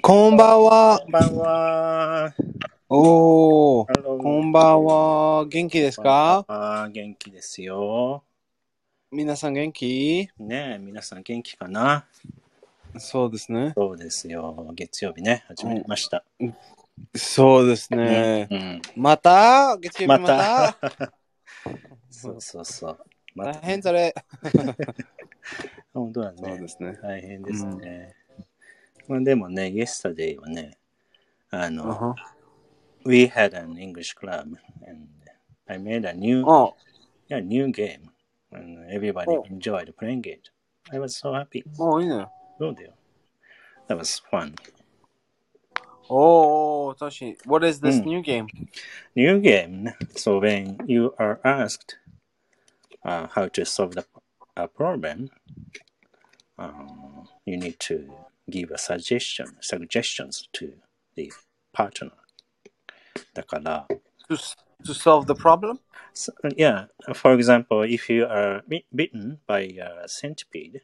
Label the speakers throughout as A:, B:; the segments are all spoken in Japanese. A: こんばんは
B: こ。んばんは。
A: おお。
B: ハロー
A: こんばんは。元気ですか
B: ああ、元気ですよ。
A: 皆さん元気
B: ねえ、皆さん元気かな
A: そうですね。
B: そうですよ。月曜日ね、始まりました。
A: そうですね。
B: うん。
A: また月曜日ま
B: ま
A: た
B: た。そうそうそう。ま
A: 大
B: た、
A: 変それ。
B: 本当だね。
A: そうですね。
B: 大変ですね。まあでもね、yesterday はね、あ
A: あ
B: の、
A: は
B: we had an English club and I made a new,
A: あ
B: yeah, new game and everybody
A: Oh.
B: enjoyed playing it. I was so happy.
A: おーいいね。
B: そうだよ。That was fun.
A: おーおー、トシ。What is this
B: うん
A: new game?
B: New game. So when you are asked uh, how to solve the a problem, um, you need to give a suggestion, suggestions to the partner. だから、
A: To, to solve the problem?
B: so, yeah, for example, if you are bit- bitten by a centipede,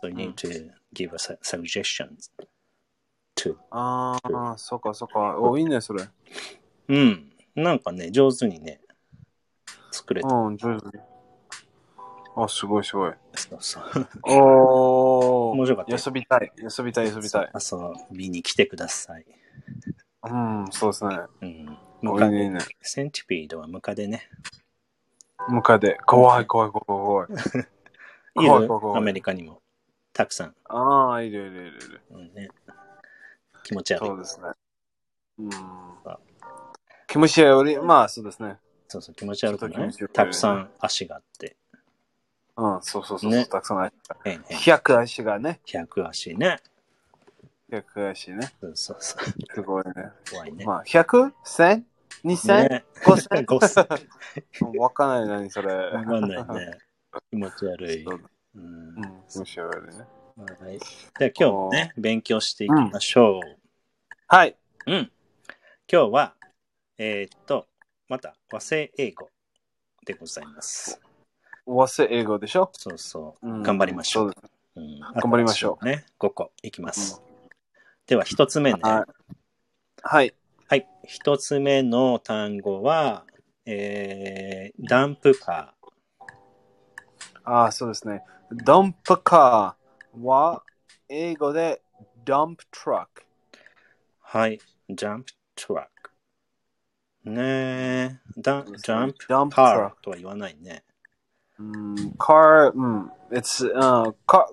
B: so you need to give a su- suggestions to
A: ああ、そっかそっか。おーいいね、それ。
B: うん。Hmm, なんかね、上手にね、作れた。
A: うん、上手。あ、すごいすごい。
B: そうそう。
A: おお。
B: 面白かったよ
A: 遊びたい。遊びたい、遊びたい。
B: 遊びに来てください。
A: うん、そうですね。
B: うん。
A: お
B: ム
A: いい
B: カ
A: ね、いいね。
B: センチピードはムカデね。
A: ムカデ。怖い、怖い、怖い、怖い。
B: い
A: 怖い、怖い、
B: るア
A: 怖
B: メ
A: い。
B: リカにも。たくさん。
A: ああ、いる、いる、いる、いる。
B: うんね、気持ち悪い
A: そう。ですね。うん。気持ちより、まあ、そうですね。
B: そうそう、気持ち悪く
A: ちょっと気
B: ない
A: 持ちよくない
B: たくさん足があって。
A: うん、そうそうそうそう、
B: ね
A: たくさんある。
B: 変変。
A: 100足がね。
B: 100足ね。
A: 100足ね。
B: そうそうそう。
A: すごいね。
B: 怖いね。
A: まあ、100、1000、2000、
B: ね
A: 5000。
B: ごっそ
A: わかんない、何それ。
B: わかんないね。気持ち悪い。
A: そう
B: うん
A: う。ん、気持ちよりね。
B: はい。じゃあ今日もね、勉強していきましょう。
A: はい。
B: うん。今日は、えーっと、また和製英語でございます。
A: 和製英語でしょ
B: そうそう。
A: うん
B: 頑張りましょう。
A: そ
B: うん
A: 頑張りましょ。
B: あとね、5個いきます。では、1つ目ね。
A: はいはい。
B: はい。1つ目の単語は、えー、ダンプカ
A: ああ、そうですね。ダンプカーは英語でダンプトラック。
B: ー。はい。ジャンプトラック。ねえ。ダンジャンプ
A: ダンプト
B: カ
A: ラッ
B: ー
A: ク。
B: とは言わないね。
A: うん、カー、うん。It's、うん、カ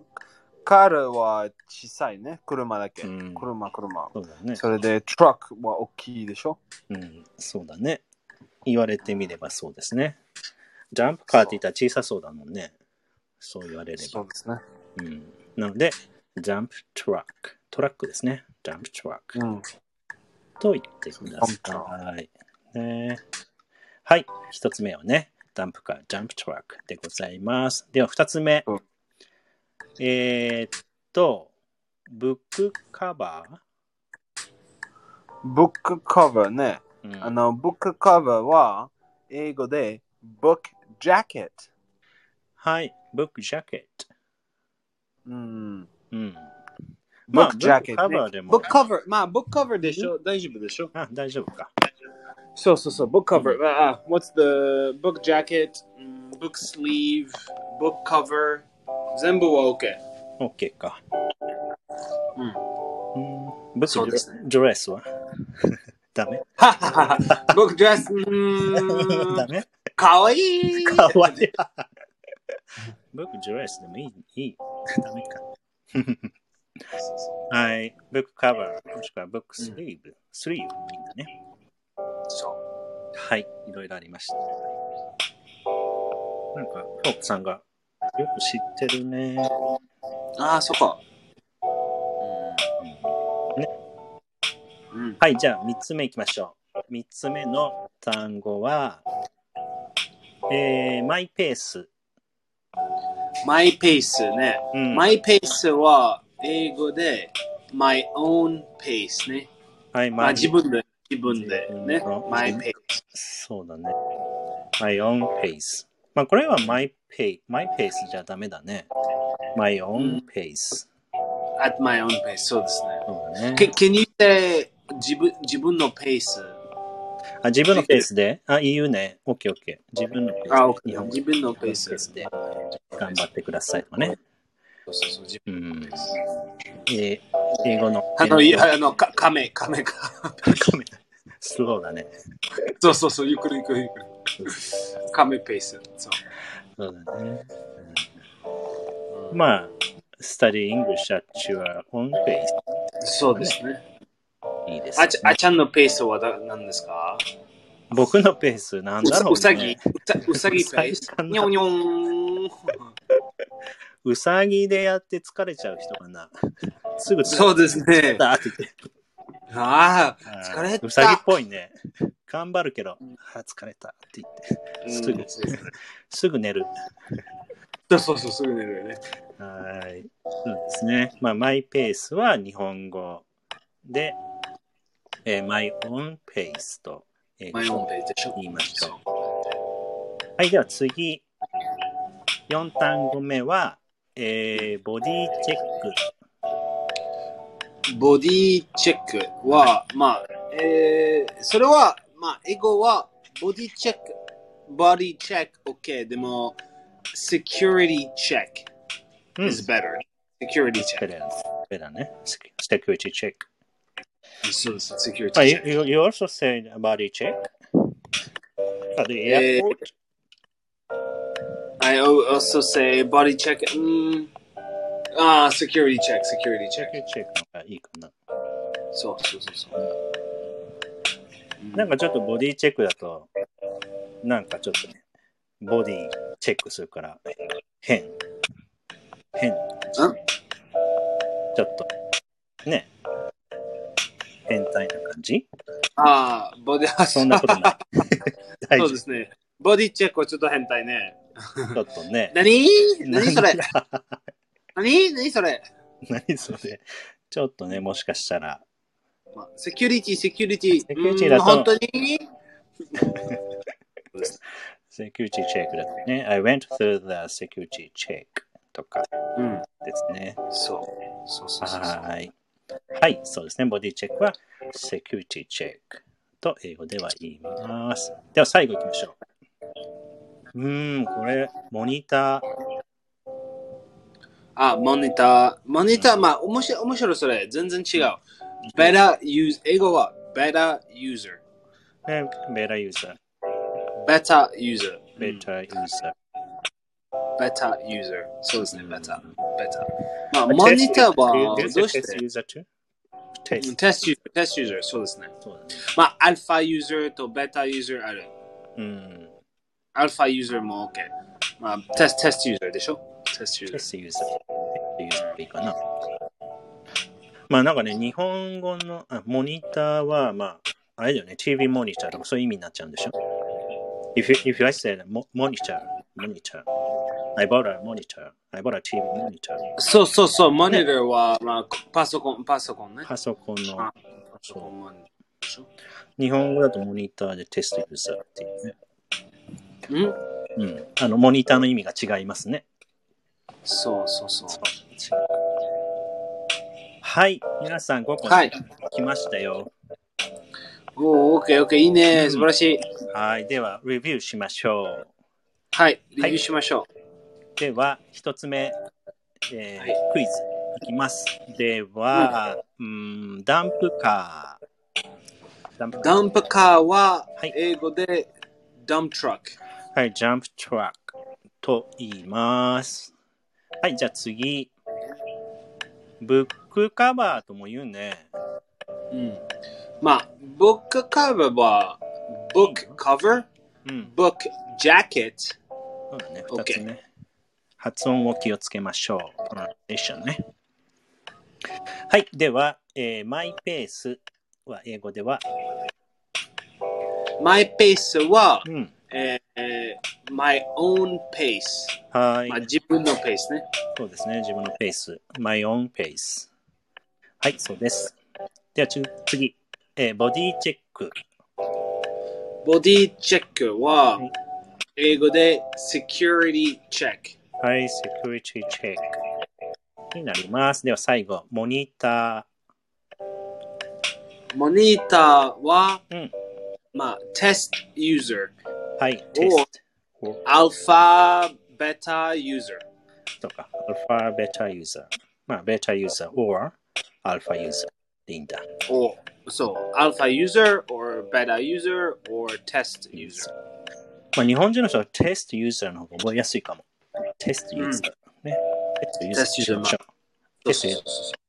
A: カーは小さいね。車だけ。
B: うん
A: 車、車。
B: そうだね。
A: それでトラックは大きいでしょ
B: うん、そうだね。言われてみればそうですね。ジャンプカーって言ったら小さそうだもんね。そう言われれば。
A: そうですね。
B: うん、なので、ジャンプトラック。トラックですね。ジャンプトラック。
A: うん。
B: と言ってくだ
A: ジャンプトラ
B: さい。ね、はい。一つ目はね、ダンプカー、ジャンプトラックでございます。では二つ目。
A: うん
B: えーっと、ブックカバー。
A: ブックカバーね。
B: うん
A: あの、ブックカバーは英語で book jacket。
B: はい。ブックジャケット。
A: うん。
B: うん。
A: ブ
B: ま
A: ッ
B: あ
A: クジャケット、
B: ブックカバーでも
A: ブックカバー、まあ、ブックカバーでしょ大丈夫でしょ
B: あ、大丈夫か。
A: そうそうそう、ブックカバー。ああ、what's Ah, the book jacket, Mm, book sleeve, book cover 全部は OK。
B: OK か。
A: うん
B: うん。ブッ
A: そう
B: ク
A: で
B: ド
A: す
B: レドレスは ダメ
A: はははは。ボックドレス、うー
B: ダ
A: ん、
B: メ
A: かわいい。
B: かわいい。ブックドレスでもいい。いいダメ か。はい。ブックカバー、もしくはブックスリーブ。スリーブもいいんだね。
A: そう
B: はい。いろいろありました。なんか、トークさんがよく知ってるね。
A: ああ、そっか。うん。
B: はい。じゃあ、3つ目いきましょう。3つ目の単語は、えー、マイペース。
A: マイペースね。
B: うん
A: マイペースは英語で my own pace Ah, ね。
B: はい、
A: まあ
B: マイ
A: 自分で、自分でね
B: 自分の。
A: my pace。
B: そうだね。my own pace。まあこれは my pace。my pace じゃダメだね。my own pace。
A: at my own pace. そうですね。
B: そうね。
A: Can, can you say 自分自分のペース
B: あ、自分のペースで。あ、いいよね。オッケーオッケー。自分のペースで。
A: あ、OK
B: 日本語
A: 自分のペー
B: 自分
A: ス
B: のペースで頑張ってくださいとかね。
A: そうそうそう自
B: う
A: 分の
B: ん
A: ペー。ス。
B: で英語の。
A: あの、い やあの、か、亀、亀 か。
B: 亀スローだね。
A: そうそうそう、ゆっくりゆっくりゆっくり。亀ペース。そう。
B: そうだね。うんまあ、study English at your own pace。
A: そうですね。
B: いいですね、
A: あちあちゃんのペースはだ何ですか
B: 僕のペースなん
A: う
B: だ
A: さ
B: ろう、ね、
A: うさぎ、うさうさぎペー
B: うさぎ
A: ス
B: か。な
A: にょんにょん。
B: うさぎでやって疲れちゃう人かな。すぐ
A: そうですね。
B: だって言って
A: ああ、疲れた。
B: うさぎっぽいね。頑張るけど、あー疲れたって言って、すぐ
A: うんそ
B: すぐ寝る。
A: うそうそう、すぐ寝るよね。
B: はい。そうですね。まあ、マイペースは日本語で、えー、my own pace と英語
A: マイオンペースでしょ。
B: 言いましょう。はい、では次。4単語目は、えー、ボディチェック。
A: ボディチェックは、まあ、えー、それは、まあ、英語は、ボディチェック、ボディチェック、OK。でも、security check
B: うん、
A: is better. security
B: ペ
A: check.
B: ラペラね。セキュリティチェック。
A: そうです、security
B: あ、you,
A: check.
B: you you also said body check? At the
A: えー
B: airport?
A: I al- also say body check. Mm, ah, security check, security check.
B: security check の方がいいかな。
A: そうそうそうそう。うん
B: なんかちょっとボディチェックだと、なんかちょっとね、ボディチェックするから、変。変。ちょっと、ね。変態な感じ
A: ああ、ボディ、あ
B: そんなこ とない。大
A: そ
B: 丈
A: うですね。ボディチェックはちょっと変態ね。
B: 夫。ちょっとね。
A: 何何それ
B: なんだ
A: 何何それ
B: 何それちょっとね、もしかしたら、
A: まあセキュリティ、セキュリティ。
B: セキュリティだと
A: うん本当に
B: セキュリティチェックだとね、I went through the security check とか
A: うん。
B: ですね。
A: そう。そうそうそうそう。
B: はい。はい、そうですね。ボディチェックは security check と英語では言います。では最後行きましょう。うーん、これ、モニター。
A: あ、モニター。モニター、まあ、面白い、面白いそれ。全然違う。better use、英語は better user。
B: ね、better user,
A: better user。
B: better user.
A: better user。そうですね、
B: うん
A: better。better。まあ、モニターは
B: Test-
A: どうして
B: test user too?
A: うん test
B: Test.
A: user、test user。そうですね。
B: そうだね。
A: まあ、アルファ user と beta user ある。
B: うん。
A: アルファ user も OK。まあ、test、test user でしょ ?test user。
B: test user. test user でいいかな。まあなんかね、日本語のあモニターは、まあ、あれだよね、TV モニターとかそういう意味になっちゃうんでしょ ?If you, if you I said mo- monitor, monitor, I bought a monitor, I bought a TV monitor,
A: そうそうそう、モニターは、まあ、パソコン、パソコンね。
B: パソコンの
A: あ、
B: そ
A: モニターでしょ
B: う、日本語だとモニターでテストユーザーっていうね。
A: うん
B: うん。あの、モニターの意味が違いますね。
A: そうそうそう。
B: はい、皆さん5個
A: はい
B: 来ましたよ。
A: おー、OK、OK、いいね。素晴らしい。
B: はい、では、レビューしましょう。
A: はい、レビューしましょう。
B: では、一つ目、えー
A: はい
B: クイズいきます。では、うん、ダンプカー。ダンプカー。
A: ダンプカーは
B: はい、
A: 英語で、ダンプトラック。
B: はい、ジャンプトラックと言います。はい、じゃあ次。ブックカバーとも言うね。
A: うん。まあ、ブックカバーは、ブックカバー、
B: うん、
A: ブックジャケット。
B: そうだね、二
A: OK
B: つね。発音を気をつけましょう。プロナンセーションね。はい、では、えーマイペースは英語では、
A: マイペースは、
B: うん、
A: えー、my own pace。
B: はい。
A: まあ、自分のペースね。
B: そうですね、自分のペース。my own pace。はい、そうです。ではちゅ次、えーボディチェック。
A: ボディチェックは
B: はい、
A: 英語で security check。
B: はい、セキュリティチェック。になります。では最後、モニタ
A: モニターは、
B: うん
A: まあ、テストユーザー、
B: ー、はい、テスト
A: アルファベタユーザー。
B: とか、アルファ、ベータユーザー、まあ、ベータユーザー、or アルファユーザーでいいんだ。
A: or so alpha user or beta user or test user
B: まあ、日本人の人はテストユーザーの方が覚えやすいかも。テストユーザー。ね。テ
A: テストユーザー
B: しましょうテストユーザー。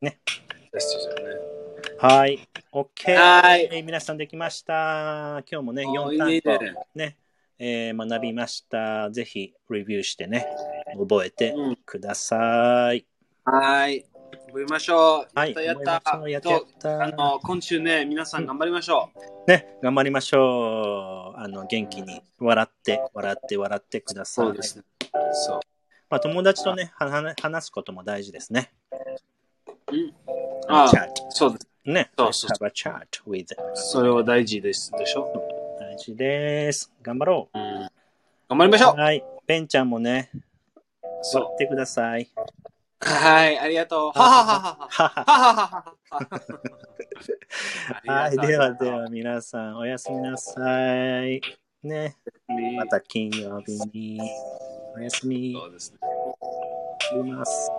B: ね。
A: test user ね
B: はい。OK。
A: はい
B: えー皆さんできました。今日もね、
A: おー
B: 4単
A: いいね
B: 語ね、えー学びました。ぜひ、レビューしてね、覚えて
A: うん
B: ください。
A: はい覚えましょう
B: は
A: やっ
B: い。
A: たやっ
B: 思いま
A: た
B: すやっ
A: と
B: たや
A: あ
B: った
A: の今週ね皆さん頑張りましょう
B: ね、頑張りましょう。あの、元気に、笑って、笑って、笑ってください。
A: ねそう
B: まあ、友達とね、はな話すことも大事ですね。
A: あ
B: チャット。
A: そうです
B: ね。
A: そうそう
B: Let's have a chat with
A: それは大事ですでしょ
B: 大事です。頑張ろう。
A: うん頑張りましょう
B: はい。ベンちゃんもね、
A: そう
B: 笑ってください。
A: はいありが とうはははは
B: は
A: は
B: は
A: はは は
B: はい。ではでは、皆さん、おやすみなさい。ね。また金曜日に。おやすみ。
A: そうですね
B: います。